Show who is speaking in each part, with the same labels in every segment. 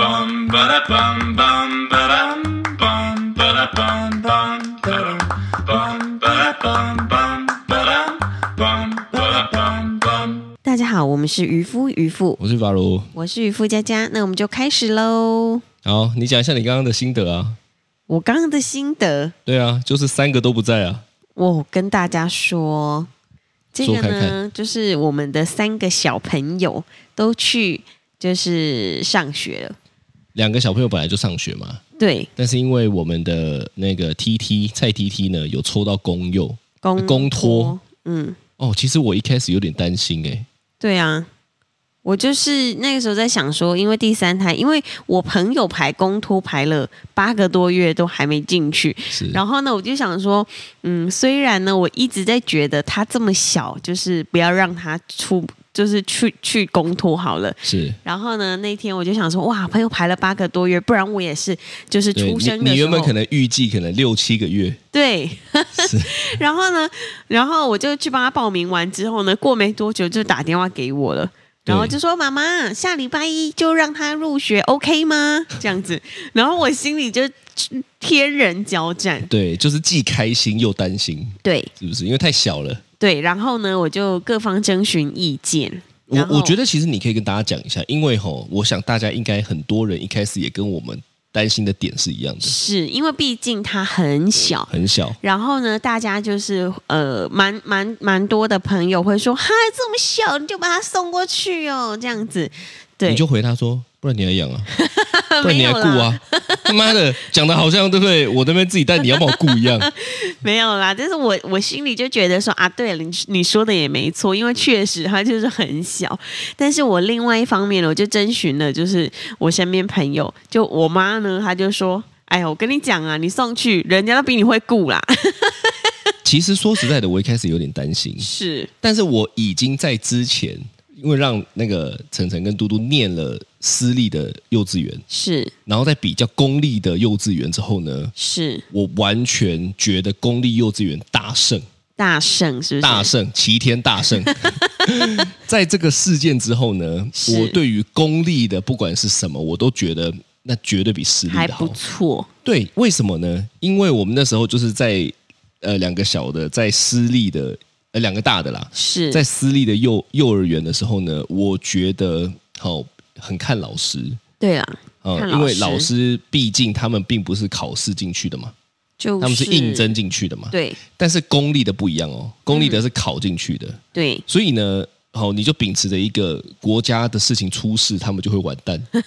Speaker 1: bum ba da bum bum ba dum bum ba da bum bum ba dum bum ba da bum bum ba dum bum ba da bum bum.
Speaker 2: 大家好，我们是渔夫渔妇，
Speaker 3: 我是法如。
Speaker 2: 我是渔夫佳佳，那我们就开始喽。
Speaker 3: 好，你讲一下你刚刚的心得啊？
Speaker 2: 我刚刚的心得，
Speaker 3: 对啊，就是三个都不在啊。
Speaker 2: 我跟大家说，这个呢，
Speaker 3: 说看看
Speaker 2: 就是我们的三个小朋友都去就是上学了，
Speaker 3: 两个小朋友本来就上学嘛，
Speaker 2: 对，
Speaker 3: 但是因为我们的那个 TT 蔡 TT 呢，有抽到公幼
Speaker 2: 公
Speaker 3: 呃公托，
Speaker 2: 嗯，
Speaker 3: 哦。其实我一开始有点担心哎、
Speaker 2: 对啊。我就是那个时候在想说，因为第三胎，因为我朋友排公托排了八个多月都还没进去，
Speaker 3: 是，
Speaker 2: 然后呢，我就想说，嗯，虽然呢，我一直在觉得他这么小，就是不要让他出，就是去去公托好了。
Speaker 3: 是
Speaker 2: 然后呢，那天我就想说，哇，朋友排了八个多月，不然我也是，就是
Speaker 3: 对
Speaker 2: 出
Speaker 3: 你
Speaker 2: 生的时候，
Speaker 3: 你原本可能预计可能六七个月，
Speaker 2: 对，
Speaker 3: 是
Speaker 2: 然后呢，然后我就去帮他报名完之后呢，过没多久就打电话给我了。然后
Speaker 3: 对
Speaker 2: 就说妈妈，下礼拜一就让他入学，OK 吗？这样子，然后我心里就天人交战。
Speaker 3: 对，就是既开心又担心，
Speaker 2: 对，
Speaker 3: 是不是？因为太小了。
Speaker 2: 对，然后呢，我就各方征询意见。
Speaker 3: 我
Speaker 2: 然后
Speaker 3: 我觉得其实你可以跟大家讲一下，因为吼，我想大家应该很多人一开始也跟我们担心的点是一样的，
Speaker 2: 是因为毕竟他很小。
Speaker 3: 很小，
Speaker 2: 然后呢，大家就是呃，蛮蛮蛮多的朋友会说，哈，这么小你就把他送过去哦，这样子，对
Speaker 3: 你，就回他说，不然你来养 啊，不然
Speaker 2: 没
Speaker 3: 你来
Speaker 2: 有
Speaker 3: 雇
Speaker 2: 啦，
Speaker 3: 啊，他 妈的，讲的好像对不对？我那边自己带，你要帮我雇一样，
Speaker 2: 没有啦。但是我我心里就觉得说啊，对了，你你说的也没错，因为确实他就是很小。但是我另外一方面呢，我就征询了，就是我身边朋友，就我妈呢，她就说，哎呀，我跟你讲啊，你送去，人家都比你会顾 啦。
Speaker 3: 其实说实在的，我一开始有点担心，
Speaker 2: 是，
Speaker 3: 但是我已经在之前，因为让那个晨晨跟嘟嘟念了私立的幼稚园，
Speaker 2: 是
Speaker 3: 然后再比较公立的幼稚园之后呢，
Speaker 2: 是
Speaker 3: 我完全觉得公立幼稚园大胜，
Speaker 2: 大圣是不是？
Speaker 3: 大胜，齐天大圣。 在这个事件之后呢，
Speaker 2: 是
Speaker 3: 我对于公立的不管是什么，我都觉得那绝对比私立
Speaker 2: 还
Speaker 3: 的
Speaker 2: 不
Speaker 3: 好。
Speaker 2: 错，
Speaker 3: 对，为什么呢？因为我们那时候就是在呃两个小的，在私立的呃两个大的啦，
Speaker 2: 是
Speaker 3: 在私立的幼幼儿园的时候呢，我觉得好、很看老师
Speaker 2: 对啦，
Speaker 3: 啊、
Speaker 2: 看
Speaker 3: 因为
Speaker 2: 老
Speaker 3: 老
Speaker 2: 师
Speaker 3: 师毕竟他们并不是考试进去的嘛，
Speaker 2: 就是
Speaker 3: 他们是应征，进去的嘛。
Speaker 2: 对
Speaker 3: 但是公立的不一样哦，公立
Speaker 2: 嗯
Speaker 3: 的是考进去的，
Speaker 2: 对，
Speaker 3: 所以呢。好，你就秉持着一个国家的事情出事，他们就会完 蛋；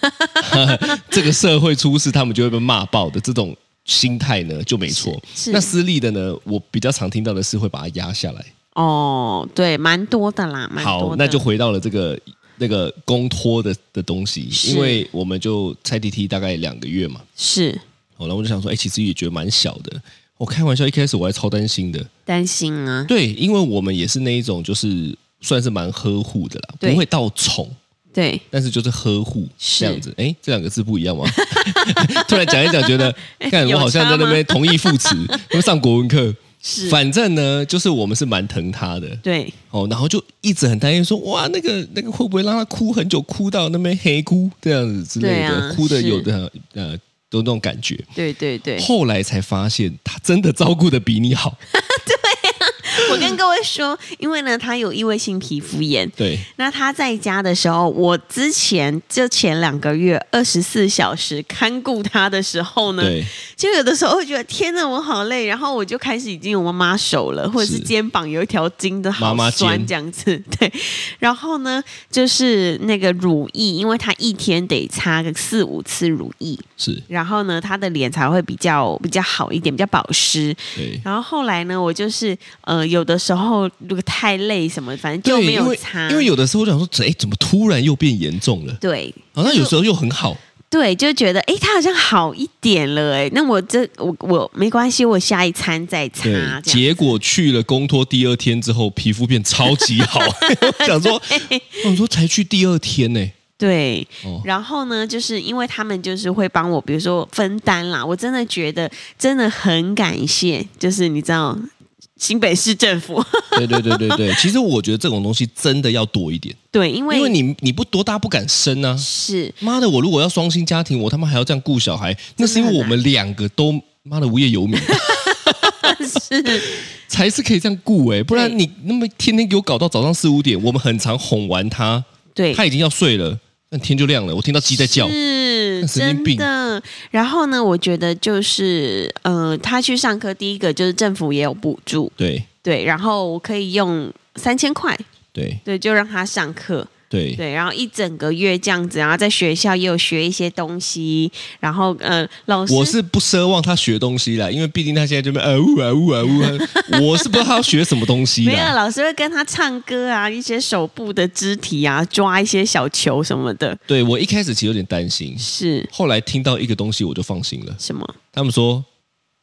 Speaker 3: 这个社会出事，他们就会被骂爆的这种心态呢，就没错。
Speaker 2: 是是
Speaker 3: 那私立的呢，我比较常听到的是会把它压下来。
Speaker 2: 哦，对，蛮多的啦，蛮多
Speaker 3: 好，
Speaker 2: 的
Speaker 3: 那就回到了这个那个公托的的东西，
Speaker 2: 是
Speaker 3: 因为我们就拆 DT 大概两个月嘛，
Speaker 2: 是
Speaker 3: 好，然后我就想说，哎、其实也觉得蛮小的。我开玩笑，一开始我还超担心的，
Speaker 2: 担心啊，
Speaker 3: 对，因为我们也是那一种就是算是蛮呵护的啦，
Speaker 2: 对
Speaker 3: 不会到宠，
Speaker 2: 对，
Speaker 3: 但是就是呵护
Speaker 2: 是
Speaker 3: 这样子。哎，这两个字不一样吗？ 突然讲一讲，觉 得看
Speaker 2: 有
Speaker 3: 我好像在那边同义副 词，因为上国文课。
Speaker 2: 是，
Speaker 3: 反正呢，就是我们是蛮疼他的
Speaker 2: 对，
Speaker 3: 哦，然后就一直很担心说，哇，那个那个会不会让他哭很久，哭到那边黑哭这样子之类
Speaker 2: 对
Speaker 3: 的，
Speaker 2: 啊
Speaker 3: 哭的
Speaker 2: 是
Speaker 3: 有的呃，都那种感觉。
Speaker 2: 对对对，
Speaker 3: 后来才发现，他真的照顾的比你好。
Speaker 2: 我跟各位说，因为呢，他有异位性皮肤炎，
Speaker 3: 对，
Speaker 2: 那他在家的时候，我之前就前两个月二十四小时看顾他的时候呢，
Speaker 3: 对，
Speaker 2: 就有的时候会觉得天呐，我好累，然后我就开始已经有妈妈手了，或者是
Speaker 3: 是
Speaker 2: 肩膀有一条筋的好
Speaker 3: 妈妈
Speaker 2: 酸
Speaker 3: 肩
Speaker 2: 这样子。 对，然后呢，就是那个乳液，因为他一天得擦个四五次乳液，
Speaker 3: 是，
Speaker 2: 然后呢，他的脸才会比较比较好一点，比较保湿。
Speaker 3: 对。
Speaker 2: 然后后来呢，我就是呃，有的时候如果太累什么，反正就
Speaker 3: 对，
Speaker 2: 没
Speaker 3: 因
Speaker 2: 有
Speaker 3: 为
Speaker 2: 擦。
Speaker 3: 因为有的时候我想说，哎，怎么突然又变严重了？
Speaker 2: 对
Speaker 3: 好像有时候又很好，
Speaker 2: 对，就觉得哎，诶他好像好一点了哎。诶那我这我我没关系，我下一餐再擦。这
Speaker 3: 对。
Speaker 2: 样
Speaker 3: 结果去了公托第二天之后，皮肤变超级 好。我想说，我说才去第二天呢、
Speaker 2: 对，
Speaker 3: 哦
Speaker 2: 然后呢，就是因为他们就是会帮我，比如说分担啦，我真的觉得真的很感谢，就是你知道。新北市政府。
Speaker 3: 对对对对 对，其实我觉得这种东西真的要多一点，
Speaker 2: 对，因为
Speaker 3: 因为你你不多，大家不敢生啊。
Speaker 2: 是
Speaker 3: 妈的，我如果要双薪家庭，我他妈还要这样顾小孩，那是因为我们两个都妈的无业游民，
Speaker 2: 是，
Speaker 3: 才是可以这样顾哎、不然
Speaker 2: 对
Speaker 3: 你那么天天给我搞到早上四五点，我们很常哄完他，
Speaker 2: 对，
Speaker 3: 他已经要睡了，但天就亮了，我听到鸡在叫，
Speaker 2: 是
Speaker 3: 神经
Speaker 2: 真
Speaker 3: 病
Speaker 2: 的。然后呢，我觉得就是，呃，他去上课，第一个就是政府也有补助，
Speaker 3: 对
Speaker 2: 对，然后我可以用三千块，
Speaker 3: 对
Speaker 2: 对，就让他上课，
Speaker 3: 对
Speaker 2: 对，然后一整个月这样子，然后在学校也有学一些东西，然后呃，老师
Speaker 3: 我是不奢望他学东西啦，因为毕竟他现在就边啊呜啊呜啊呜啊，我是不知道他要学什么东西
Speaker 2: 没有
Speaker 3: 啦。
Speaker 2: 老师会跟他唱歌啊，一些手部的肢体啊，抓一些小球什么的，
Speaker 3: 对我一开始其实有点担心，
Speaker 2: 是
Speaker 3: 后来听到一个东西我就放心了。
Speaker 2: 什么？
Speaker 3: 他们说：“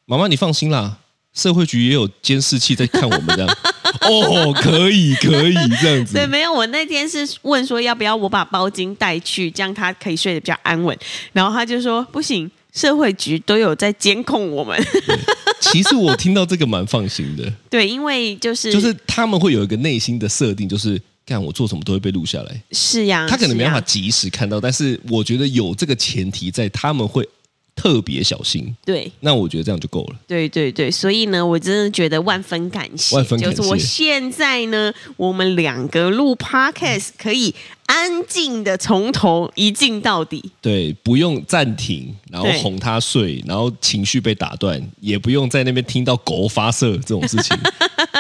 Speaker 3: 妈妈，你放心啦，社会局也有监视器在看我们这样。” 哦，可以可以这样
Speaker 2: 对，
Speaker 3: 子，
Speaker 2: 没有。我那天是问说要不要我把包巾带去，这样他可以睡得比较安稳。然后他就说不行，社会局都有在监控我们。
Speaker 3: 其实我听到这个蛮放心的，
Speaker 2: 对，因为 就是
Speaker 3: 就是他们会有一个内心的设定，就是干我做什么都会被录下来。
Speaker 2: 是呀，
Speaker 3: 他可能没办法
Speaker 2: 嗯是呀啊
Speaker 3: 及时看到，但是我觉得有这个前提在，他们会特别小心。
Speaker 2: 对。
Speaker 3: 那我觉得这样就够了。
Speaker 2: 对对对，所以呢，我真的觉得万分感谢，
Speaker 3: 万分感谢
Speaker 2: 就是我现在呢，我们两个录 podcast 可以安静的从头一镜到底，
Speaker 3: 对，不用暂停，然后
Speaker 2: 对
Speaker 3: 哄他睡，然后情绪被打断，也不用在那边听到狗发射这种事 情，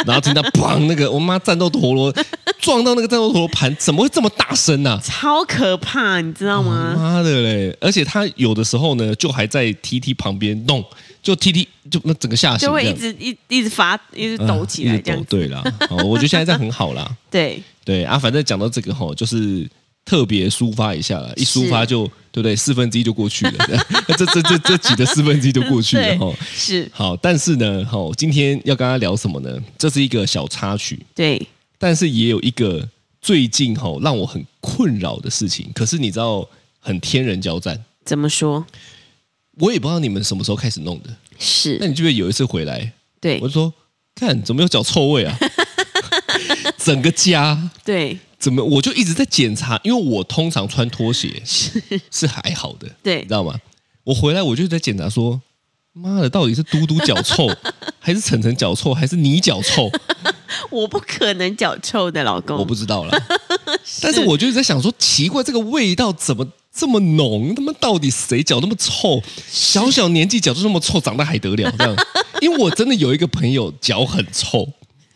Speaker 3: 然后听到砰那个我妈战斗陀螺撞到那个战斗陀螺盘，怎么会这么大声呢、
Speaker 2: 超可怕，你知道吗？
Speaker 3: 妈的嘞！而且他有的时候呢，就还在 TT 旁边弄，就 TT 就那整个下行
Speaker 2: 就会
Speaker 3: 这
Speaker 2: 一
Speaker 3: 样
Speaker 2: 直一一直发，一直
Speaker 3: 嗯
Speaker 2: 抖起来
Speaker 3: 一直
Speaker 2: 这样
Speaker 3: 抖
Speaker 2: 子。
Speaker 3: 对啦，哦，我觉得现在这样很好啦。
Speaker 2: 对
Speaker 3: 对啊，反正讲到这个吼，就是特别抒发一下了，一抒发就对不对？四分之一就过去了， 这这这这集的四分之一就过去了
Speaker 2: 对
Speaker 3: 吼。
Speaker 2: 是，
Speaker 3: 好，但是呢，吼，今天要跟他聊什么呢？这是一个小插曲，
Speaker 2: 对，
Speaker 3: 但是也有一个最近吼让我很困扰的事情，可是你知道很天人交战。
Speaker 2: 怎么说？
Speaker 3: 我也不知道你们什么时候开始弄的，那
Speaker 2: 是，
Speaker 3: 你记不记得有一次回来，
Speaker 2: 对
Speaker 3: 我就说，看怎么有脚臭味啊， 整个家
Speaker 2: 对
Speaker 3: 怎么我就一直在检查，因为我通常穿拖鞋是是还好的，你
Speaker 2: 对
Speaker 3: 知，道吗？我回来我就在检查说，妈的，到底是嘟嘟脚臭，还是晨晨脚臭，还是你脚臭？
Speaker 2: 我不可能脚臭的，老公，
Speaker 3: 我不知道了。但是我就是在想说，奇怪，这个味道怎么这么浓？他妈到底谁脚那么臭？小小年纪脚就那么臭，长大还得了？这样？因为我真的有一个朋友脚很臭，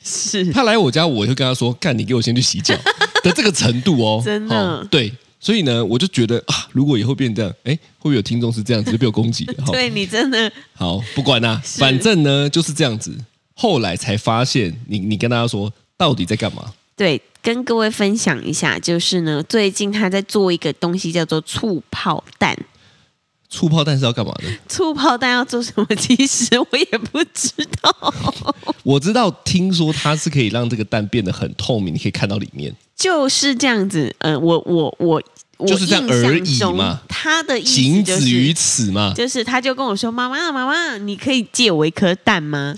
Speaker 2: 是
Speaker 3: 他来我家，我就跟他说：“干，你给我先去洗 脚的这个程度哦，
Speaker 2: 真的
Speaker 3: 哦对。”所以呢，我就觉得啊，如果以后变这样，哎，会不会有听众是这样子就被我 攻击的？哈、
Speaker 2: 对你真的
Speaker 3: 好，不管啦、
Speaker 2: 是
Speaker 3: 反正呢就是这样子。后来才发现，你你跟大家说到底在干嘛？
Speaker 2: 对，跟各位分享一下，就是呢，最近他在做一个东西叫做醋泡蛋。
Speaker 3: 醋泡蛋是要干嘛 的？
Speaker 2: 醋泡蛋要做什么？ 其实我也不知道，
Speaker 3: 我知道，听说它是可以让这个蛋变得很透明，你可以看到里面。
Speaker 2: 就是这样子。嗯、我我我我
Speaker 3: 就是这样
Speaker 2: 印象
Speaker 3: 而已
Speaker 2: 中
Speaker 3: 嘛
Speaker 2: 他的意思
Speaker 3: 仅
Speaker 2: 就
Speaker 3: 止
Speaker 2: 是
Speaker 3: 于此 嘛？
Speaker 2: 就是他就跟我说：“妈妈，妈妈，你可以借我一颗蛋吗？”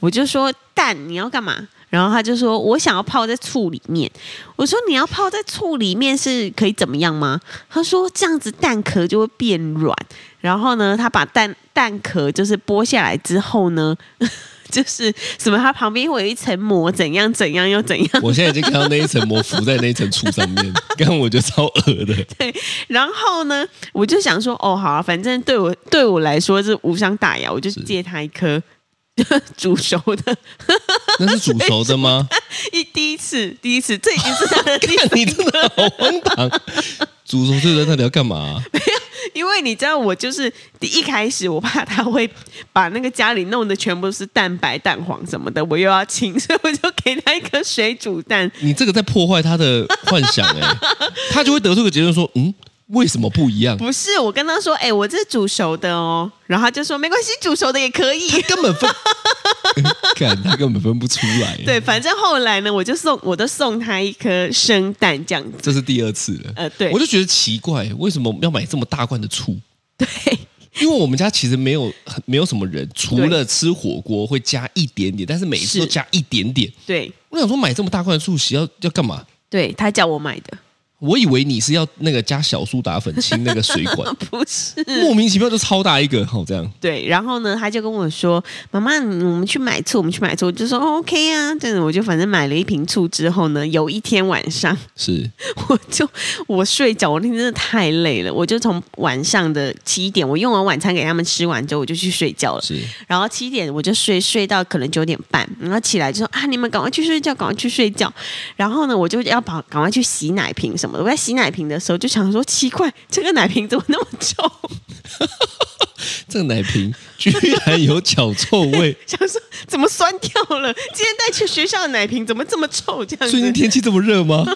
Speaker 2: 我就说：“蛋你要干嘛？”然后他就说：“我想要泡在醋里面。”我说：“你要泡在醋里面是可以怎么样吗？”他说：“这样子蛋壳就会变软。”然后呢，他把蛋蛋壳就是剥下来之后呢， 就是什么，它旁边会有一层膜，怎样怎样又怎样。
Speaker 3: 我现在已经看到那一层膜浮在那一层醋 上面，刚我觉得超恶的。
Speaker 2: 然后呢，我就想说，哦，好、啊，反正对我对我来说是无伤大雅，我就是借他一颗 煮熟的，
Speaker 3: 那是煮熟的吗？
Speaker 2: 一第一次，第一次，这已经是他的 第一次，
Speaker 3: 你真的好荒唐！煮熟这个到底要干嘛、
Speaker 2: 因为你知道，我就是一开始我怕他会把那个家里弄的全部是蛋白、蛋黄什么的，我又要清，所以我就给他一颗水煮 蛋。
Speaker 3: 你这个在破坏他的幻想哎、 他就会得出个结论说，嗯，为什么不一样？
Speaker 2: 不是，我跟他说，哎、我这是煮熟的哦，然后他就说没关系，煮熟的也可以。
Speaker 3: 根本分， 看他根本分不出来。
Speaker 2: 对，，反正后来呢，我就送，我都送他一颗生蛋这样子。
Speaker 3: 这是第二次了。
Speaker 2: 呃对
Speaker 3: 我就觉得奇怪，为什么要买这么大罐的醋？
Speaker 2: 对，
Speaker 3: 因为我们家其实没有很没有什么人，除
Speaker 2: 对
Speaker 3: 了吃火锅会加一点点，但是每次都
Speaker 2: 是
Speaker 3: 加一点点。
Speaker 2: 对
Speaker 3: 我想说买这么大罐的速洗要要干嘛？
Speaker 2: 对，他叫我买的，，
Speaker 3: 我以为你是要那个加小苏打粉清那个水管
Speaker 2: 不是。
Speaker 3: 莫名其妙就超大一个，好这样。
Speaker 2: 对，然后呢，他就跟我说：“妈妈，你我们去买醋，我们去买醋。”我就说、哦、：“OK 啊。”这样子我就反正买了一瓶醋之后呢，有一天晚上，
Speaker 3: 是
Speaker 2: 我就我睡觉，我那天真的太累了，我就从晚上的七点，我用完晚餐给他们吃完之后，我就去睡觉了。
Speaker 3: 是，
Speaker 2: 然后七点我就睡，睡到可能九点半，然后起来就说啊，你们赶快去睡觉，赶快去睡觉。然后呢，我就要把赶快去洗奶瓶什么的。我在洗奶瓶的时候就想说，奇怪，这个奶瓶怎么那么臭？
Speaker 3: 这个奶瓶居然有脚臭
Speaker 2: 。
Speaker 3: 味
Speaker 2: 想说怎么酸掉了？今天带去学校的奶瓶怎么这么臭？这样
Speaker 3: 最
Speaker 2: 子，
Speaker 3: 近天气这么热吗？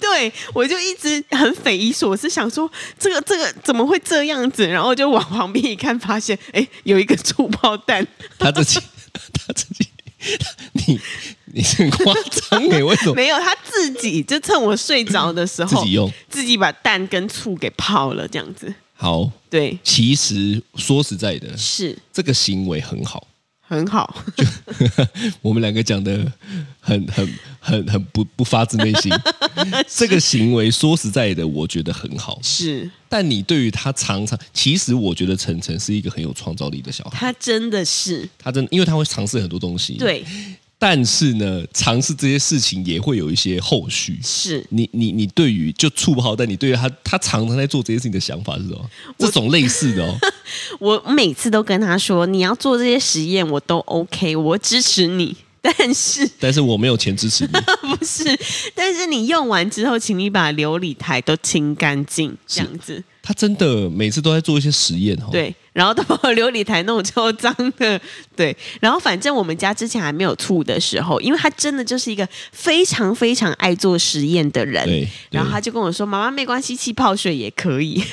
Speaker 2: 对我就一直很匪夷所思，想说这个这个怎么会这样子？然后就往旁边一看，发现哎，有一个醋泡蛋。
Speaker 3: 他自己， 他自己， 你你是很夸张哎，为什么？
Speaker 2: 没有，他自己就趁我睡着的时候，
Speaker 3: 自己用
Speaker 2: 自己把蛋跟醋给泡了，这样子。
Speaker 3: 好，
Speaker 2: 对，
Speaker 3: 其实说实在的，
Speaker 2: 是
Speaker 3: 这个行为很好。
Speaker 2: 很好，
Speaker 3: 我们两个讲的很很很很不不发自内 心，这个行为说实在的，我觉得很好。
Speaker 2: 是
Speaker 3: 但你对于他常常，其实我觉得晨晨是一个很有创造力的小孩，
Speaker 2: 他真的是
Speaker 3: 他真的，因为他会尝试很多东西。，
Speaker 2: 对，
Speaker 3: 但是呢，尝试这些事情也会有一些后续。
Speaker 2: 是
Speaker 3: 你你你对于就触泡，但你对于他他常常在做这些事情的想法是什么？这种类似 的哦，
Speaker 2: 我每次都跟他说，你要做这些实验，我都 OK，我支持你。但是
Speaker 3: 但是我没有钱支持你，
Speaker 2: 不是？ 但是你用完之后，请你把琉璃台都清干净，这样子。
Speaker 3: 他真的每次都在做一些实验哦。，
Speaker 2: 对，然后都把琉璃台弄超脏的，对。然后反正我们家之前还没有醋的时候，因为他真的就是一个非常非常爱做实验的人，
Speaker 3: 对对
Speaker 2: 然后他就跟我说：“妈妈，没关系，气泡水也可以。”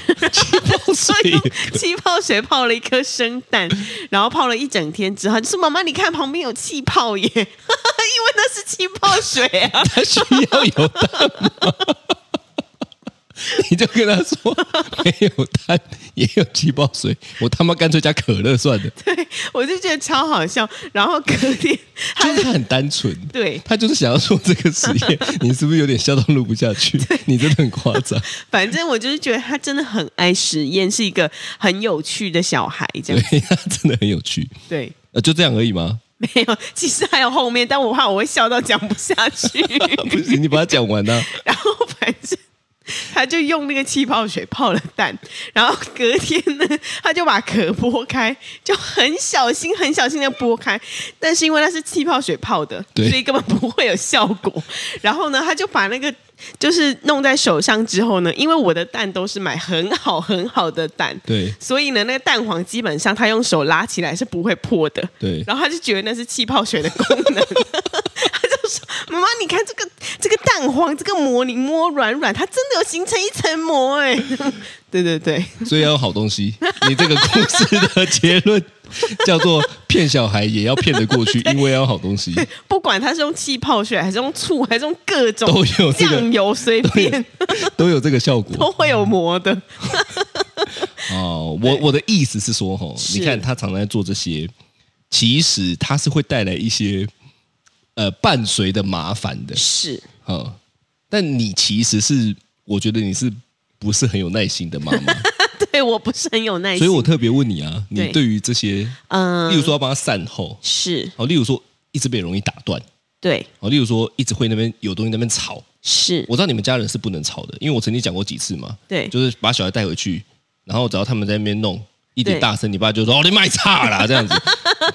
Speaker 3: 所
Speaker 2: 所以
Speaker 3: 以
Speaker 2: 用气泡水泡了一颗生蛋，然后泡了一整天之后，就说：“妈妈，你看旁边有气泡耶，因 为那是气泡水啊。
Speaker 3: 他需要有蛋吗？ 你就跟他说没有蛋也有气泡水，我他妈干脆加可乐算了。”
Speaker 2: 对，我就觉得超好笑。然后隔天，
Speaker 3: 就
Speaker 2: 他
Speaker 3: 是
Speaker 2: 就
Speaker 3: 他很单纯，
Speaker 2: 对
Speaker 3: 他就是想要做这个实 验。你是不是有点笑到录不下去？你真的很夸张。
Speaker 2: 反正我就是觉得他真的很爱实验，是一个很有趣的小孩，这样
Speaker 3: 对，他真的很有趣。
Speaker 2: 对。
Speaker 3: 呃，就这样而已吗？
Speaker 2: 没有，其实还有后面，但我怕我会笑到讲不下去。
Speaker 3: 不行，你把它讲完啊。
Speaker 2: 然后反正他就用那个气泡水泡了蛋，然后隔天呢，他就把壳剥开，就很小心、很小心的剥开。但是因为那是气泡水泡的，
Speaker 3: 对
Speaker 2: 所以根本不会有效果。然后呢，他就把那个就是弄在手上之后呢，因为我的蛋都是买很好很好的蛋，
Speaker 3: 对
Speaker 2: 所以呢，那个蛋黄基本上他用手拉起来是不会破的。
Speaker 3: 对
Speaker 2: 然后他就觉得那是气泡水的功能， 他就说：“妈妈，你看这个这个蛋黄，这个膜你摸软软，它真的有形成一层膜哎。” 对对对，
Speaker 3: 所以要有好东西。你这个故事的结论叫做骗小孩也要骗得过 去，因为要有好东西。
Speaker 2: 不管它是用气泡水，还是用醋，还是用各种
Speaker 3: 都有这个
Speaker 2: 酱油，随便
Speaker 3: 都有这个效果
Speaker 2: 都会有膜的。
Speaker 3: 哦。我我的意思是说，哈，
Speaker 2: 是
Speaker 3: 你看他常在做这些，其实他是会带来一些呃伴随的麻烦的，
Speaker 2: 是
Speaker 3: 嗯，但你其实是，我觉得你是不是很有耐心的妈 妈？
Speaker 2: 对我不是很有耐心，
Speaker 3: 所以我特别问你啊，你
Speaker 2: 对
Speaker 3: 对于这些，
Speaker 2: 嗯、
Speaker 3: 例如说要帮他善后，
Speaker 2: 是
Speaker 3: 哦，例如说一直被容易打断，
Speaker 2: 对
Speaker 3: 哦，例如说一直会那边有东西在那边吵，
Speaker 2: 是
Speaker 3: 我知道你们家人是不能吵的，因为我曾经讲过几次嘛，
Speaker 2: 对
Speaker 3: 就是把小孩带回去，然后只要他们在那边弄一点
Speaker 2: 对
Speaker 3: 大声，你爸就说哦你卖 差啦，这样子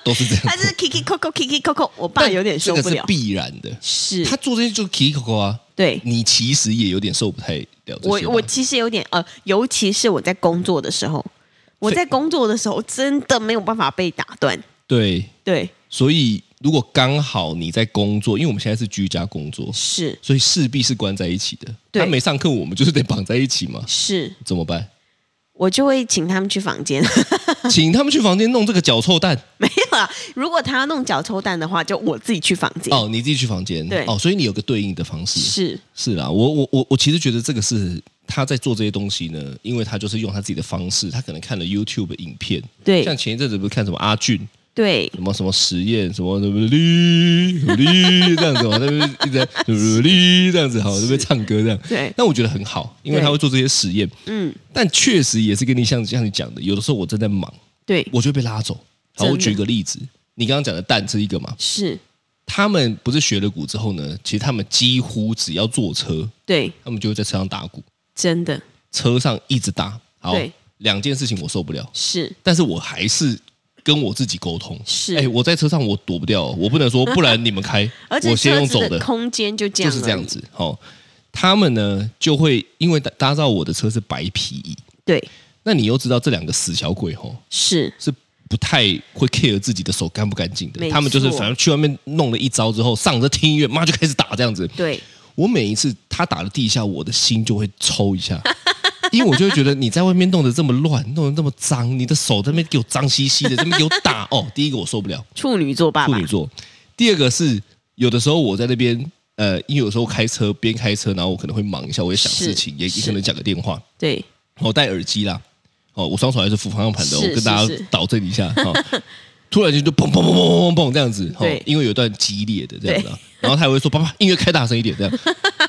Speaker 3: 都是这样。
Speaker 2: 他就是 kiki coco kiki coco，我爸
Speaker 3: 但
Speaker 2: 有点受不
Speaker 3: 这
Speaker 2: 了
Speaker 3: 个是。必然的。
Speaker 2: 是
Speaker 3: 他做这些就是 Kiko 啊，
Speaker 2: 对
Speaker 3: 你其实也有点受不太了这
Speaker 2: 我
Speaker 3: 些吧。
Speaker 2: 我其实有点呃，尤其是我在工作的时候，我在工作的时候真的没有办法被打断。
Speaker 3: 对，
Speaker 2: 对，
Speaker 3: 所以如果刚好你在工作，因为我们现在是居家工作，
Speaker 2: 是
Speaker 3: 所以势必是关在一起的。
Speaker 2: 对
Speaker 3: 他没上课，我们就是得绑在一起嘛，
Speaker 2: 是，
Speaker 3: 怎么办？
Speaker 2: 我就会请他们去房间。
Speaker 3: 请他们去房间弄这个脚臭蛋
Speaker 2: 没有啊，如果他要弄脚抽蛋的话，就我自己去房间。
Speaker 3: 哦，你自己去房间
Speaker 2: 对
Speaker 3: 哦，所以你有个对应的方式
Speaker 2: 是
Speaker 3: 是啦，我我我我其实觉得这个是他在做这些东西呢，因为他就是用他自己的方式，他可能看了 YouTube 影片，像
Speaker 2: 对
Speaker 3: 前一阵子不是看什么阿俊
Speaker 2: 对
Speaker 3: 什么什么实验什么什么哩哩这样子嘛，那边一直在哩这样子哈，那边唱歌这样，
Speaker 2: 对
Speaker 3: 那我觉得很好，因为
Speaker 2: 对
Speaker 3: 他会做这些实验，
Speaker 2: 嗯，
Speaker 3: 但确实也是跟你像像你讲的，有的时候我正在忙，
Speaker 2: 对
Speaker 3: 我就被拉走。好，
Speaker 2: 真的
Speaker 3: 我举个例子，你刚刚讲的蛋是一个嘛？
Speaker 2: 是，
Speaker 3: 他们不是学了鼓之后呢，其实他们几乎只要坐车，
Speaker 2: 对
Speaker 3: 他们就会在车上打鼓，
Speaker 2: 真的
Speaker 3: 车上一直打。好
Speaker 2: 对，
Speaker 3: 两件事情我受不了，
Speaker 2: 是
Speaker 3: 但是我还是跟我自己沟通。
Speaker 2: 是，
Speaker 3: 哎，我在车上我躲不掉哦，我不能说，不然你们开
Speaker 2: 而且
Speaker 3: 我先
Speaker 2: 车
Speaker 3: 用
Speaker 2: 子
Speaker 3: 走
Speaker 2: 的空间就这
Speaker 3: 就
Speaker 2: 样，
Speaker 3: 是这样。子。好、他们呢就会因为搭搭到我的车是白皮椅，
Speaker 2: 对，
Speaker 3: 那你又知道这两个死小鬼吼、
Speaker 2: 是
Speaker 3: 是不太会 care 自己的手干不干净
Speaker 2: 没
Speaker 3: 的，
Speaker 2: 错
Speaker 3: 他们就是反正去外面弄了一招之后，上着听音乐，妈就开始打这样子。
Speaker 2: 对，
Speaker 3: 我每一次他打了地下，我的心就会抽 一下，因为我就会觉得你在外面弄得这么乱，弄得这么脏，你的手在那边给我脏兮兮的，在那边给我打哦。第一个我受不了，
Speaker 2: 处女座爸
Speaker 3: 处
Speaker 2: 爸
Speaker 3: 女座；第二个是有的时候我在那边，呃，因为有时候开车边开车，然后我可能会忙一下，我也想
Speaker 2: 是
Speaker 3: 事情，也也
Speaker 2: 是
Speaker 3: 可能讲个电话。
Speaker 2: 对
Speaker 3: 我戴耳机啦，哦，我双手还是扶方向盘的，
Speaker 2: 是
Speaker 3: 我跟大
Speaker 2: 是
Speaker 3: 家
Speaker 2: 是
Speaker 3: 导正一下哈。哦突然间就砰砰砰砰砰砰砰这样子，哦
Speaker 2: 对
Speaker 3: 因为有一段激烈的这样子啊， 然后他还会说：“爸爸，音乐开大声一点。”这样，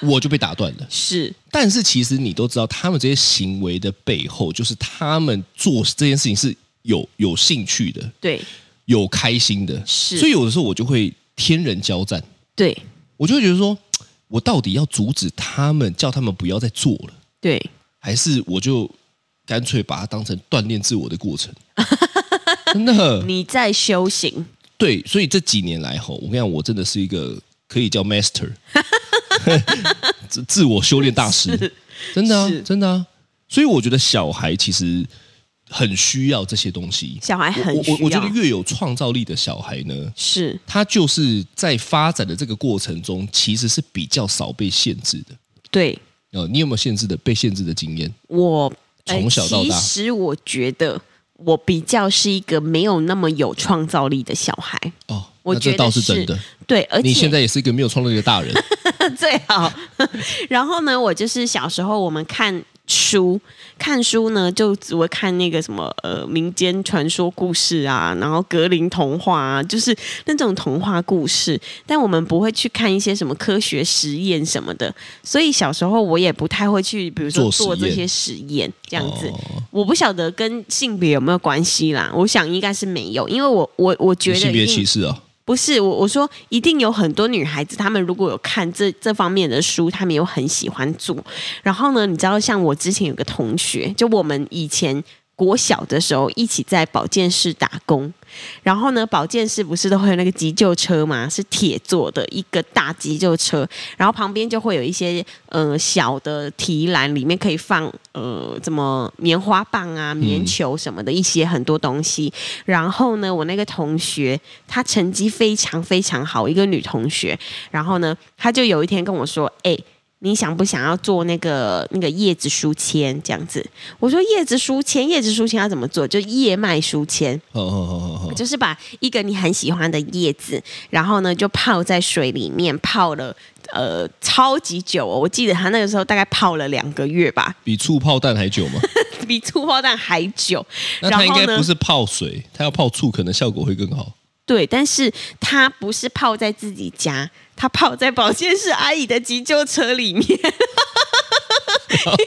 Speaker 3: 我就被打断了。
Speaker 2: 是
Speaker 3: 但是其实你都知道，他们这些行为的背后，就是他们做这件事情是有有兴趣的，
Speaker 2: 对
Speaker 3: 有开心的，
Speaker 2: 是
Speaker 3: 所以有的时候我就会天人交战，
Speaker 2: 对
Speaker 3: 我就会觉得说，我到底要阻止他们，叫他们不要再做了。
Speaker 2: 对，
Speaker 3: 还是我就干脆把它当成锻炼自我的过程。真的，
Speaker 2: 你在修行，
Speaker 3: 对，所以这几年来吼，我跟你讲，我真的是一个可以叫 master，自自我修炼大师，真的、啊
Speaker 2: 是，
Speaker 3: 真的啊。所以我觉得小孩其实很需要这些东西。
Speaker 2: 小孩
Speaker 3: 我
Speaker 2: 很需
Speaker 3: 我
Speaker 2: 要，
Speaker 3: 我觉得越有创造力的小孩呢，
Speaker 2: 是
Speaker 3: 他就是在发展的这个过程中，其实是比较少被限制的。
Speaker 2: 对
Speaker 3: 呃，你有没有限制的被限制的经验？
Speaker 2: 我呃
Speaker 3: 从小到大
Speaker 2: 其实我觉得我比较是一个没有那么有创造力的小孩，
Speaker 3: 哦，
Speaker 2: 我
Speaker 3: 那
Speaker 2: 觉得
Speaker 3: 这倒是
Speaker 2: 是
Speaker 3: 真的。
Speaker 2: 对，而且
Speaker 3: 你现在也是一个没有创造力的大人，
Speaker 2: 最好。 然后呢，我就是小时候我们看书，看书呢就只会看那个什么呃民间传说故事啊，然后格林童话啊，就是那种童话故事。但我们不会去看一些什么科学实验什么的，所以小时候我也不太会去，比如说
Speaker 3: 做实
Speaker 2: 做这
Speaker 3: 验
Speaker 2: 些实验 这
Speaker 3: 这
Speaker 2: 样子。
Speaker 3: 哦、
Speaker 2: 我不晓得跟性别有没有关系啦，我想应该是没有，因为我我我觉
Speaker 3: 你
Speaker 2: 得
Speaker 3: 性别
Speaker 2: 一定
Speaker 3: 歧视啊、
Speaker 2: 不是我，我说一定有很多女孩子，她们如果有看这这方面的书，她们有很喜欢做。然后呢，你知道，像我之前有个同学，就我们以前国小的时候一起在保健室打工。然后呢，保健室不是都会有那个急救车嘛，是铁做的一个大急救车，然后旁边就会有一些呃小的提篮，里面可以放呃怎么棉花棒啊、棉球什么的一些很多东西。然后呢，我那个同学她成绩非常非常好，一个女同学。然后呢，她就有一天跟我说：“哎、你想不想要做那个那个叶子书签这样子？”我说：“叶子书签，叶子书签要怎么做？就叶脉书签，
Speaker 3: 哦。哦哦哦哦，
Speaker 2: 就是把一个你很喜欢的叶子，然后呢就泡在水里面泡了呃超级久、哦，我记得他那个时候大概泡了两个月吧，
Speaker 3: 比醋泡蛋还久嘛？
Speaker 2: 比醋泡蛋还久。
Speaker 3: 那
Speaker 2: 然
Speaker 3: 它应
Speaker 2: 后
Speaker 3: 该
Speaker 2: 呢
Speaker 3: 不是泡水，它要泡醋，可能效果会更好。
Speaker 2: 对，但是他不是泡在自己家，他泡在保健室阿姨的急救车里面， 因为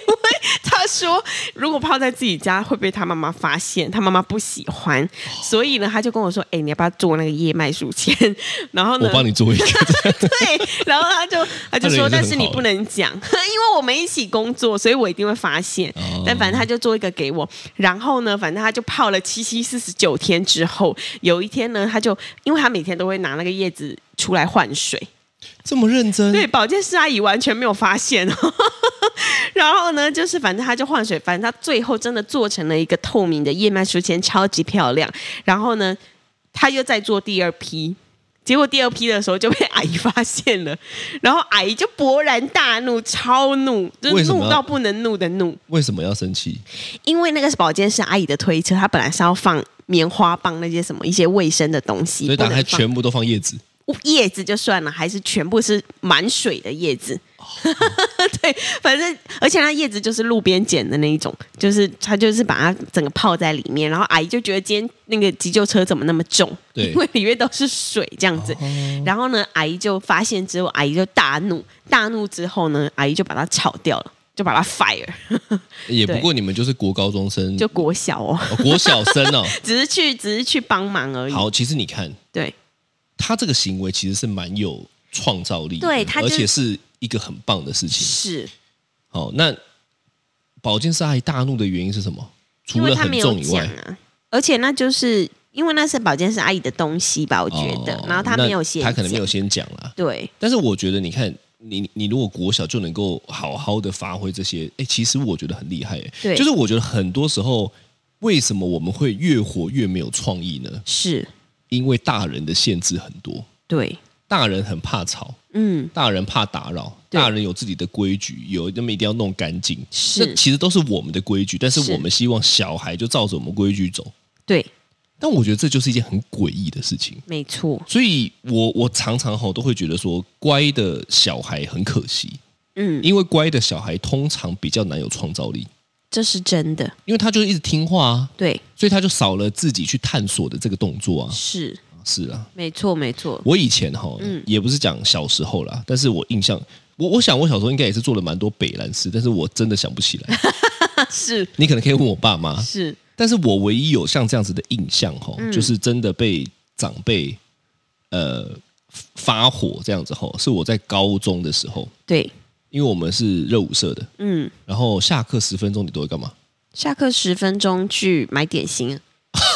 Speaker 2: 他说如果泡在自己家会被他妈妈发现，他妈妈不喜欢，所以呢，他就跟我说：“哎、你要不要做那个叶脉书签？” 然后呢，
Speaker 3: 我帮 你做一个，
Speaker 2: 对，然后他就他就
Speaker 3: 他人也是
Speaker 2: 说，
Speaker 3: 很
Speaker 2: 但是你
Speaker 3: 好的
Speaker 2: 不能讲，因 为我们一起工作，所以我一定会发现。
Speaker 3: 哦
Speaker 2: 但反正他就做一个给我，然后呢，反正他就泡了七七四十九天之后，有一天呢，他就因为他每天都会拿那个叶子出来换水，
Speaker 3: 这么认真。
Speaker 2: 对，保健师阿姨完全没有发现。哦 然后呢，就是反正他就换水，反正他最后真的做成了一个透明的燕麦书签，超级漂亮。然后呢，他又再做第二批，结果第二批的时候就被阿姨发现了，然后阿姨就勃然大怒，超怒，就
Speaker 3: 为
Speaker 2: 是
Speaker 3: 什么
Speaker 2: 怒到不能怒的怒。
Speaker 3: 为什么要生气？
Speaker 2: 因为那个保健室阿姨的推车，她本来是要放棉花棒那些什么一些卫生的东西，
Speaker 3: 所以
Speaker 2: 不
Speaker 3: 打开
Speaker 2: 能放
Speaker 3: 全部都放叶子，
Speaker 2: 叶子就算了，还是全部是满水的叶子。
Speaker 3: 哦
Speaker 2: 对，反正而且它叶子就是路边捡的那一种，就是它就是把它整个泡在里面，然后阿姨就觉得今天那个急救车怎么那么重，
Speaker 3: 对哦
Speaker 2: 因为里面都是水这样子。然后呢，阿姨就发现之后，阿姨就大怒，大怒之后呢，阿姨就把它炒掉了，就把它 fire，
Speaker 3: 也不
Speaker 2: 对
Speaker 3: 过你们就是国高中生，
Speaker 2: 就国小哦，
Speaker 3: 哦国小生 哦。
Speaker 2: 只是去只是去帮忙而已。
Speaker 3: 好，其实你看
Speaker 2: 对，
Speaker 3: 他这个行为其实是蛮有创造力的，
Speaker 2: 对他就
Speaker 3: 而
Speaker 2: 是
Speaker 3: 且是一个很棒的事情。
Speaker 2: 是
Speaker 3: 好，那保健师阿姨大怒的原因是什么？
Speaker 2: 因
Speaker 3: 除
Speaker 2: 为
Speaker 3: 了
Speaker 2: 他
Speaker 3: 很
Speaker 2: 没有
Speaker 3: 重以
Speaker 2: 讲
Speaker 3: 外，
Speaker 2: 啊，而且那就是因为那是保健室阿姨的东西吧，我觉得，
Speaker 3: 哦
Speaker 2: 然后他
Speaker 3: 那
Speaker 2: 没有写，
Speaker 3: 他可能没有先讲啦。
Speaker 2: 对，
Speaker 3: 但是我觉得，你看，你你如果国小就能够好好的发挥这些，哎，其实我觉得很厉害。诶
Speaker 2: 对
Speaker 3: 就是我觉得很多时候，为什么我们会越活越没有创意呢？
Speaker 2: 是，
Speaker 3: 因为大人的限制很多，
Speaker 2: 对，
Speaker 3: 大人很怕吵，
Speaker 2: 嗯，
Speaker 3: 大人怕打扰，
Speaker 2: 对
Speaker 3: 大人有自己的规矩，有那么一定要弄干净。
Speaker 2: 是
Speaker 3: 这其实都是我们的规矩，但
Speaker 2: 是
Speaker 3: 是我们希望小孩就照着我们规矩走。
Speaker 2: 对，
Speaker 3: 但我觉得这就是一件很诡异的事情。
Speaker 2: 没错，
Speaker 3: 所以我我常常吼都会觉得说，乖的小孩很可惜，
Speaker 2: 嗯，
Speaker 3: 因为乖的小孩通常比较难有创造力，
Speaker 2: 这是真的，
Speaker 3: 因为他就一直听话啊，
Speaker 2: 对，
Speaker 3: 所以他就少了自己去探索的这个动作啊。
Speaker 2: 是，
Speaker 3: 是啊，
Speaker 2: 没错，没错，
Speaker 3: 我以前哈，也不是讲小时候啦，但是我印象，我我想我小时候应该也是做了蛮多北兰事，但是我真的想不起来。
Speaker 2: 是
Speaker 3: 你可能可以问我爸妈，
Speaker 2: 是，
Speaker 3: 但是我唯一有像这样子的印象吼，就是真的被长辈呃发火这样子吼，是我在高中的时候，
Speaker 2: 对，
Speaker 3: 因为我们是热舞社的，
Speaker 2: 嗯，
Speaker 3: 然后下课十分钟你都会干嘛？
Speaker 2: 下课十分钟去买点心，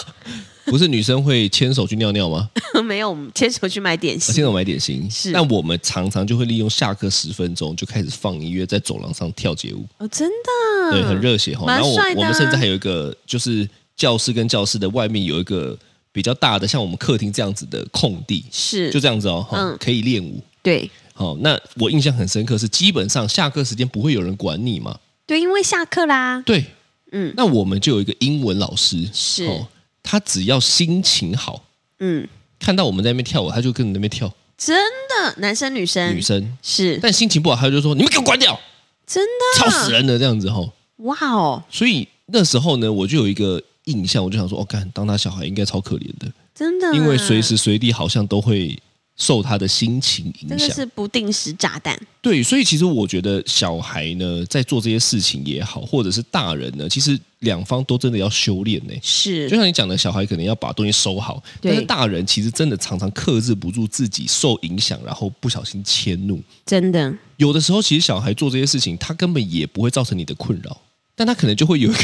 Speaker 3: 不是女生会牵手去尿尿 吗？啊
Speaker 2: 没有，我们牵手去买点
Speaker 3: 牵
Speaker 2: 心，
Speaker 3: 手买点心。
Speaker 2: 是
Speaker 3: 但我们常常就会利用下课十分钟就开始放音乐，在走廊上跳街舞，
Speaker 2: 哦，真的，
Speaker 3: 对，很，热血哈。
Speaker 2: 蛮
Speaker 3: 然后我
Speaker 2: 帅的啊
Speaker 3: 我们甚至还有一个，就是教室跟教室的外面有一个比较大的，像我们客厅这样子的空地，
Speaker 2: 是，
Speaker 3: 就这样子哦，哈
Speaker 2: 嗯
Speaker 3: 可以练舞。
Speaker 2: 对。
Speaker 3: 好，那我印象很深刻是，基本上下课时间不会有人管你嘛。
Speaker 2: 对，因为下课啦，
Speaker 3: 对，
Speaker 2: 嗯
Speaker 3: 那我们就有一个英文老师，
Speaker 2: 是
Speaker 3: 哦他只要心情好，
Speaker 2: 嗯，
Speaker 3: 看到我们在那边跳舞，他就跟着那边跳。
Speaker 2: 真的，男生女生
Speaker 3: 女生，
Speaker 2: 是
Speaker 3: 但心情不好，他就说：“你们给我关掉，
Speaker 2: 嗯真的，
Speaker 3: 吵死人了！”这样子吼。
Speaker 2: 哇哦，
Speaker 3: 所以那时候呢，我就有一个印象，我就想说：“哦，干，当他小孩应该超可怜的，
Speaker 2: 真的啊，
Speaker 3: 因为随时随地好像都会受他的心情
Speaker 2: 这
Speaker 3: 影
Speaker 2: 个
Speaker 3: 响。”
Speaker 2: 是不定时炸弹，
Speaker 3: 对，所以其实我觉得小孩呢，在做这些事情也好，或者是大人呢，其实两方都真的要修炼呢、
Speaker 2: 是
Speaker 3: 就像你讲的，小孩可能要把东西收好，
Speaker 2: 对
Speaker 3: 但是大人其实真的常常克制不住自己受影响，然后不小心迁怒。
Speaker 2: 真的，
Speaker 3: 有的时候，其实小孩做这些事情，他根本也不会造成你的困扰，但他可能就会有一个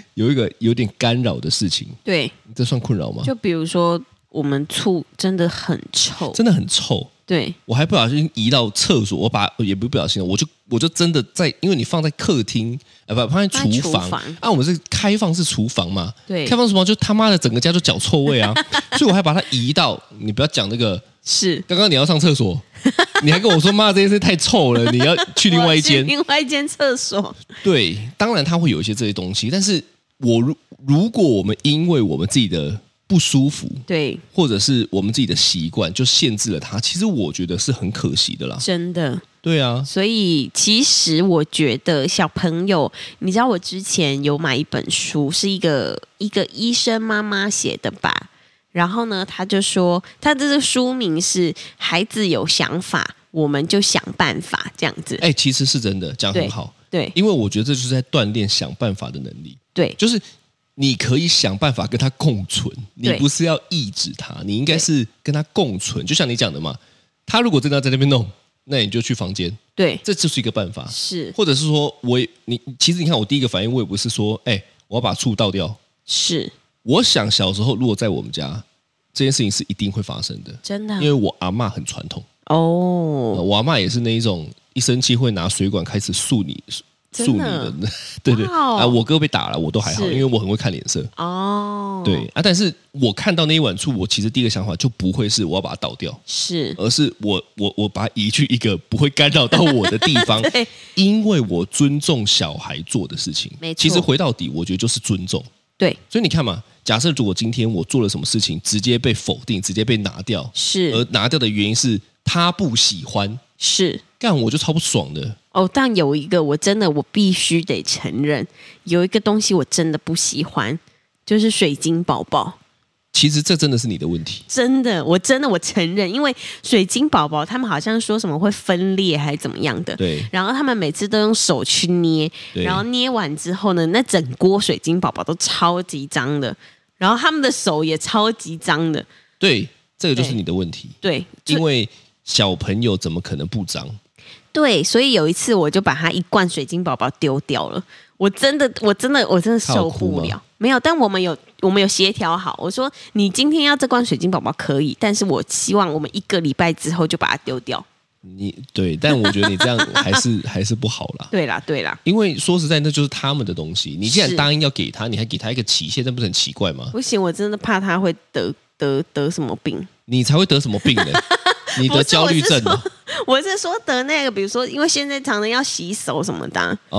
Speaker 3: 有一个有点干扰的事情，
Speaker 2: 对，
Speaker 3: 这算困扰吗？
Speaker 2: 就比如说我们醋真的很臭，
Speaker 3: 真的很臭，
Speaker 2: 对，
Speaker 3: 我还不小心移到厕所，我把也不是不小心，我就我就真的在，因为你放在客厅，呃，不放在
Speaker 2: 放在
Speaker 3: 厨房
Speaker 2: 厨房
Speaker 3: 啊，我们是开放式厨房嘛，
Speaker 2: 对
Speaker 3: 开放式厨房就他妈的整个家就脚臭 味啊，所以我还把它移到，你不要讲那个，
Speaker 2: 是
Speaker 3: 刚刚你要上厕所，你还跟我说妈这件事太臭了，你要去另外 一
Speaker 2: 我
Speaker 3: 间
Speaker 2: 去，另外一间厕所，
Speaker 3: 对，当然他会有一些这些东西，但是我如如果我们因为我们自己的不舒服，
Speaker 2: 对，
Speaker 3: 或者是我们自己的习惯就限制了他，其实我觉得是很可惜的啦，
Speaker 2: 真的，
Speaker 3: 对啊。
Speaker 2: 所以其实我觉得小朋友，你知道我之前有买一本书，是一个一个医生妈妈写的吧？然后呢，他就说，他这个书名是《孩子有想法，我们就想办法》这样子。
Speaker 3: 哎、其实是真的，讲
Speaker 2: 对
Speaker 3: 很好，
Speaker 2: 对
Speaker 3: 因为我觉得这就是在锻炼想办法的能力，
Speaker 2: 对，
Speaker 3: 就是你可以想办法跟他共存，你
Speaker 2: 对
Speaker 3: 不是要抑制他，你应该是跟他共存。就像你讲的嘛，他如果真的要在那边弄，那你就去房间，
Speaker 2: 对，
Speaker 3: 这就是一个办法。
Speaker 2: 是
Speaker 3: 或者是说我也你其实你看我第一个反应，我也不是说，哎、我要把醋倒掉。
Speaker 2: 是，
Speaker 3: 我想小时候如果在我们家，这件事情是一定会发生的，
Speaker 2: 真的
Speaker 3: 因为我阿嬷很传统。呃
Speaker 2: 哦，
Speaker 3: 我阿妈也是那一种一生气会拿水管开始塑你、塑
Speaker 2: 真
Speaker 3: 你
Speaker 2: 的
Speaker 3: 的，对对
Speaker 2: 哇哦
Speaker 3: 啊，我哥被打了，我都还好，
Speaker 2: 是
Speaker 3: 因为我很会看脸色。
Speaker 2: 哦，哦，
Speaker 3: 对，啊，但是我看到那一碗醋，我其实第一个想法就不会是我要把它倒掉，
Speaker 2: 是
Speaker 3: 而是我我我把它移去一个不会干扰到我的地方
Speaker 2: 对，
Speaker 3: 因为我尊重小孩做的事情。
Speaker 2: 没错
Speaker 3: 其实回到底，我觉得就是尊重。
Speaker 2: 对，
Speaker 3: 所以你看嘛，假设如果今天我做了什么事情，直接被否定，直接被拿掉，而
Speaker 2: 是
Speaker 3: 拿掉的原因是他不喜欢，
Speaker 2: 是。
Speaker 3: 干我就超不爽的。
Speaker 2: 哦，但有一个我真的我必须得承认，有一个东西我真的不喜欢，就是水晶宝宝。
Speaker 3: 其实这真的是你的问 题。
Speaker 2: 真的，我真的我承认，因为水晶宝宝他们好像说什么会分裂还是怎么样的，
Speaker 3: 对
Speaker 2: 然后他们每次都用手去捏，
Speaker 3: 对
Speaker 2: 然后捏完之后呢，那整锅水晶宝宝都超级脏的，然后他们的手也超级脏的，
Speaker 3: 对，这个就是
Speaker 2: 对
Speaker 3: 你的问题，
Speaker 2: 对，就
Speaker 3: 因为小朋友怎么可能不脏？
Speaker 2: 对，所以有一次我就把它一罐水晶宝宝丢掉了。我真的，我真的，我真的
Speaker 3: 他有
Speaker 2: 受
Speaker 3: 哭
Speaker 2: 不
Speaker 3: 吗
Speaker 2: 了。没有，但我们有，我们有协调好。我说你今天要这罐水晶宝宝可以，但是我希望我们一个礼拜之后就把它丢掉。
Speaker 3: 你对，但我觉得 你这样还是还是不好啦。
Speaker 2: 对啦，对啦，
Speaker 3: 因为说实在，那就是他们的东西。你既然
Speaker 2: 是
Speaker 3: 答应要给他，你还给他一个期限，那不是很奇怪吗？
Speaker 2: 不行，我真的怕他会得得得什么病。
Speaker 3: 你才会得什么 病呢？你
Speaker 2: 不
Speaker 3: 得
Speaker 2: 是
Speaker 3: 焦虑症
Speaker 2: 我
Speaker 3: 哦
Speaker 2: 是说，我是说得那个，比如说，因为现在常常要洗手什么的啊、
Speaker 3: 哦哦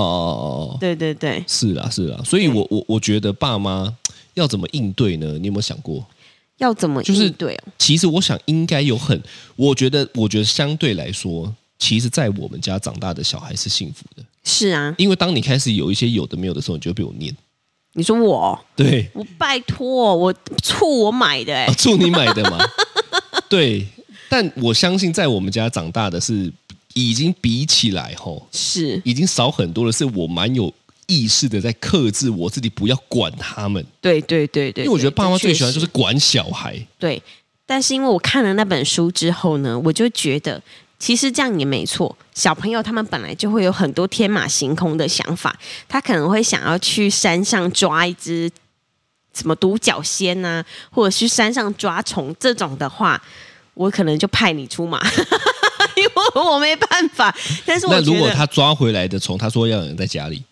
Speaker 3: 哦，
Speaker 2: 对对对，
Speaker 3: 是啦是啦。所以我我我觉得爸妈要怎么应对呢？你有没有想过？
Speaker 2: 要怎么
Speaker 3: 就是
Speaker 2: 应对哦？
Speaker 3: 其实我想应该有很，我觉得我觉得相对来说，其实，在我们家长大的小孩是幸福的，
Speaker 2: 是啊，
Speaker 3: 因为当你开始有一些有的没有的时候，你就会被我念。
Speaker 2: 你说我，哦
Speaker 3: 对，
Speaker 2: 我拜托，哦我醋我买的、欸，
Speaker 3: 啊，祝你买的嘛。 对，但我相信在我们家长大的是，已经比起来吼，
Speaker 2: 是
Speaker 3: 已经少很多了。是我蛮有意识的在克制我自己，不要管他们，
Speaker 2: 对对对对，
Speaker 3: 因为我觉得
Speaker 2: 对
Speaker 3: 爸妈最喜欢
Speaker 2: 这确实
Speaker 3: 就是管小孩。
Speaker 2: 对。但是因为我看了那本书之后呢，我就觉得其实这样也没错。小朋友他们本来就会有很多天马行空的想法，他可能会想要去山上抓一只什么独角仙呐、或者去山上抓虫这种的话，我可能就派你出马。 因为我没办法，但是我
Speaker 3: 那
Speaker 2: 觉
Speaker 3: 如果
Speaker 2: 得
Speaker 3: 他抓回来的虫，他说要养在家里，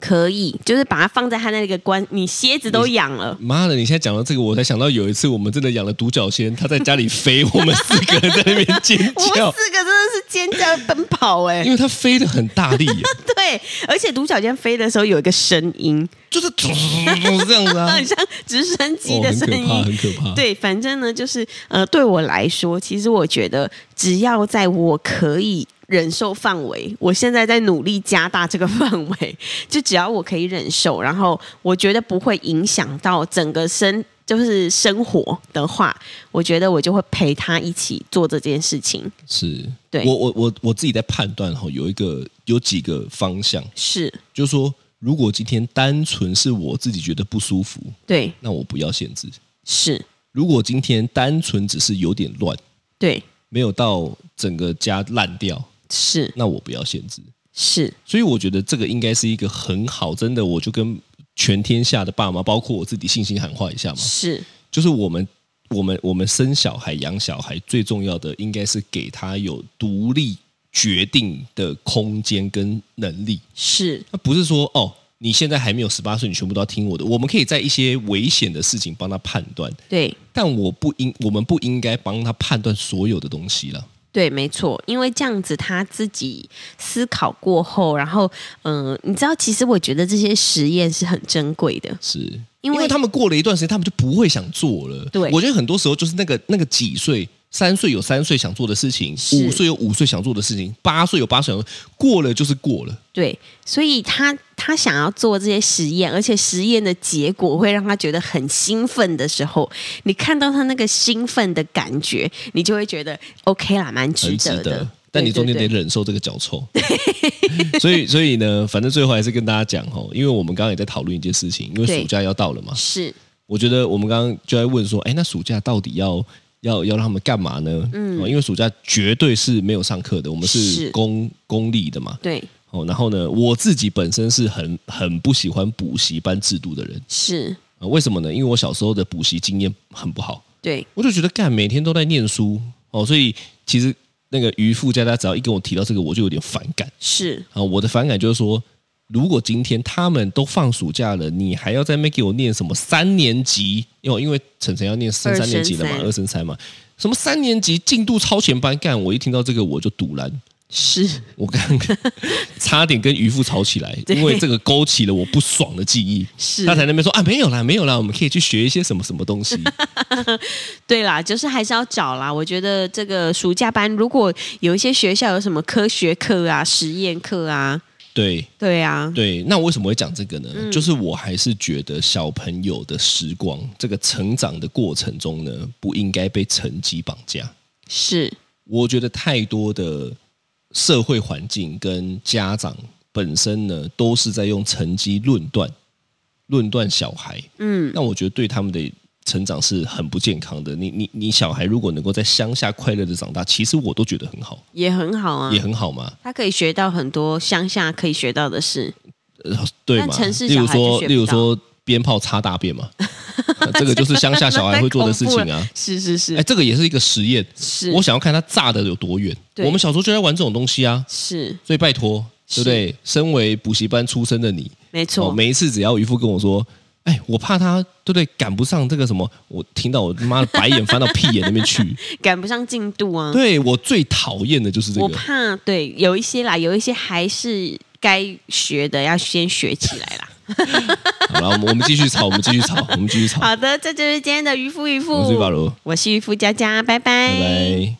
Speaker 2: 可以，就是把它放在他那个关，你蝎子都养了，
Speaker 3: 妈的！你现在讲到这个，我才想到有一次我们真的养了独角仙，它在家里飞，我们四个人在那边尖
Speaker 2: 我们
Speaker 3: 叫，
Speaker 2: 四个真的是尖叫奔跑哎、
Speaker 3: 因为它飞得很大力耶，
Speaker 2: 对，而且独角仙飞的时候有一个声音，
Speaker 3: 就是这样子啊，
Speaker 2: 很像直升机
Speaker 3: 哦，
Speaker 2: 的
Speaker 3: 很可
Speaker 2: 声音。
Speaker 3: 怕，很可怕。
Speaker 2: 对，反正呢，就是呃，对我来说，其实我觉得，只要在我可以忍受范围，我现在在努力加大这个范围， 就只要我可以忍受，然后我觉得不会影响到整个生，就是生活的话，我觉得我就会陪他一起做这件事情。
Speaker 3: 是，
Speaker 2: 对
Speaker 3: 我我我我自己在判断哈，有一个有几个方向，
Speaker 2: 是，
Speaker 3: 就是说，如果今天单纯是我自己觉得不舒服，
Speaker 2: 对，
Speaker 3: 那我不要限制；
Speaker 2: 是，
Speaker 3: 如果今天单纯只是有点乱，
Speaker 2: 对，
Speaker 3: 没有到整个家烂掉，
Speaker 2: 是，
Speaker 3: 那我不要限制。
Speaker 2: 是，
Speaker 3: 所以我觉得这个应该是一个很好，真的，我就跟全天下的爸妈，包括我自己，信心喊话一下嘛，
Speaker 2: 是，
Speaker 3: 就是我们。我们我们生小孩养小孩最重要的应该是给他有独立决定的空间跟能力，
Speaker 2: 是，
Speaker 3: 那不是说哦，你现在还没有十八岁，你全部都要听我的。我们可以在一些危险的事情帮他判断，
Speaker 2: 对。
Speaker 3: 但我不应，我们不应该帮他判断所有的东西了。
Speaker 2: 对，没错，因为这样子他自己思考过后，然后，嗯、你知道，其实我觉得这些实验是很珍贵的，
Speaker 3: 是
Speaker 2: 因为
Speaker 3: 他们过了一段时间，他们就不会想做了。
Speaker 2: 对
Speaker 3: 我觉得很多时候就是那个那个几岁。三岁有三岁想做的事情，
Speaker 2: 是
Speaker 3: 五岁有五岁想做的事情，八岁有八岁想做过了就是过了。
Speaker 2: 对，所以他他想要做这些实验，而且实验的结果会让他觉得很兴奋的时候，你看到他那个兴奋的感觉，你就会觉得 OK 啦，蛮值
Speaker 3: 很值
Speaker 2: 得的。
Speaker 3: 但你中间
Speaker 2: 对对
Speaker 3: 得
Speaker 2: 对
Speaker 3: 忍受这个脚臭， 所以所以呢，反正最后还是跟大家讲哦，因为我们刚刚也在讨论一件事情，因为
Speaker 2: 对
Speaker 3: 暑假要到了嘛，
Speaker 2: 是
Speaker 3: 我觉得我们刚刚就在问说，哎，那暑假到底要要要让他们干嘛呢？嗯、因为暑假绝对是没有上课的，我们是
Speaker 2: 是
Speaker 3: 公公立的嘛。
Speaker 2: 对
Speaker 3: 哦，然后呢，我自己本身是很很不喜欢补习班制度的人、
Speaker 2: 是，
Speaker 3: 呃为什么呢？因为我小时候的补习经验很不好，
Speaker 2: 对
Speaker 3: 我就觉得干每天都在念书哦，所以其实那个渔夫家他只要一跟我提到这个，我就有点反感
Speaker 2: 是
Speaker 3: 啊、我的反感就是说，如果今天他们都放暑假了，你还要在那边给我念什么三年级？哦因为因为晨晨要念升三年级了嘛，
Speaker 2: 二升三
Speaker 3: 二升三嘛，什么三年级进度超前班？干！我一听到这个我就堵拦，
Speaker 2: 是
Speaker 3: 我刚 差点跟渔夫吵起来，
Speaker 2: 对
Speaker 3: 因为这个勾起了我不爽的记忆。
Speaker 2: 是
Speaker 3: 他才那边说啊，没有啦，没有啦，我们可以去学一些什么什么 东西。
Speaker 2: 对啦，就是还是要找啦。我觉得这个暑假班，如果有一些学校有什么科学课啊、实验课啊，
Speaker 3: 对
Speaker 2: 对啊，
Speaker 3: 对，那为什么会讲这个呢？
Speaker 2: 嗯
Speaker 3: 就是我还是觉得小朋友的时光，这个成长的过程中呢，不应该被成绩绑架。
Speaker 2: 是
Speaker 3: 我觉得太多的社会环境跟家长本身呢，都是在用成绩论断论断小孩。
Speaker 2: 嗯，
Speaker 3: 那我觉得对他们的成长是很不健康的。你你你小孩如果能够在乡下快乐的长大，其实我都觉得很好，
Speaker 2: 也很好啊
Speaker 3: 也。很好嘛，
Speaker 2: 他可以学到很多乡下可以学到的事，
Speaker 3: 呃对
Speaker 2: 但
Speaker 3: 嘛
Speaker 2: 城市？
Speaker 3: 例
Speaker 2: 小
Speaker 3: 如
Speaker 2: 孩就
Speaker 3: 说，
Speaker 2: 学不到
Speaker 3: 例如说鞭炮擦大便嘛， 呃这个就是乡下小孩会做的事情啊。
Speaker 2: 是是是，
Speaker 3: 哎，这个也是一个实验，
Speaker 2: 是
Speaker 3: 我想要看它炸的有多远。
Speaker 2: 对
Speaker 3: 我们小时候就在玩这种东西啊，
Speaker 2: 是
Speaker 3: 所以拜托，对不对？身为补习班出身的你，
Speaker 2: 没错、
Speaker 3: 哦每一次只要渔夫跟我说。哎，我怕他对不对赶不上这个什么，我听到我他妈的白眼翻到屁眼那 边去。
Speaker 2: 赶不上进度啊。
Speaker 3: 对我最讨厌的就是这
Speaker 2: 我
Speaker 3: 个，
Speaker 2: 怕对有一些啦，有一些还是该学的要先学起来 啦。
Speaker 3: 好了，我们我们继续吵，我们继续吵， 我们继续吵。
Speaker 2: 好的，这就是今天的渔夫渔
Speaker 3: 我
Speaker 2: 夫
Speaker 3: 是，巴罗，
Speaker 2: 我是渔夫佳佳，拜拜
Speaker 3: 拜拜。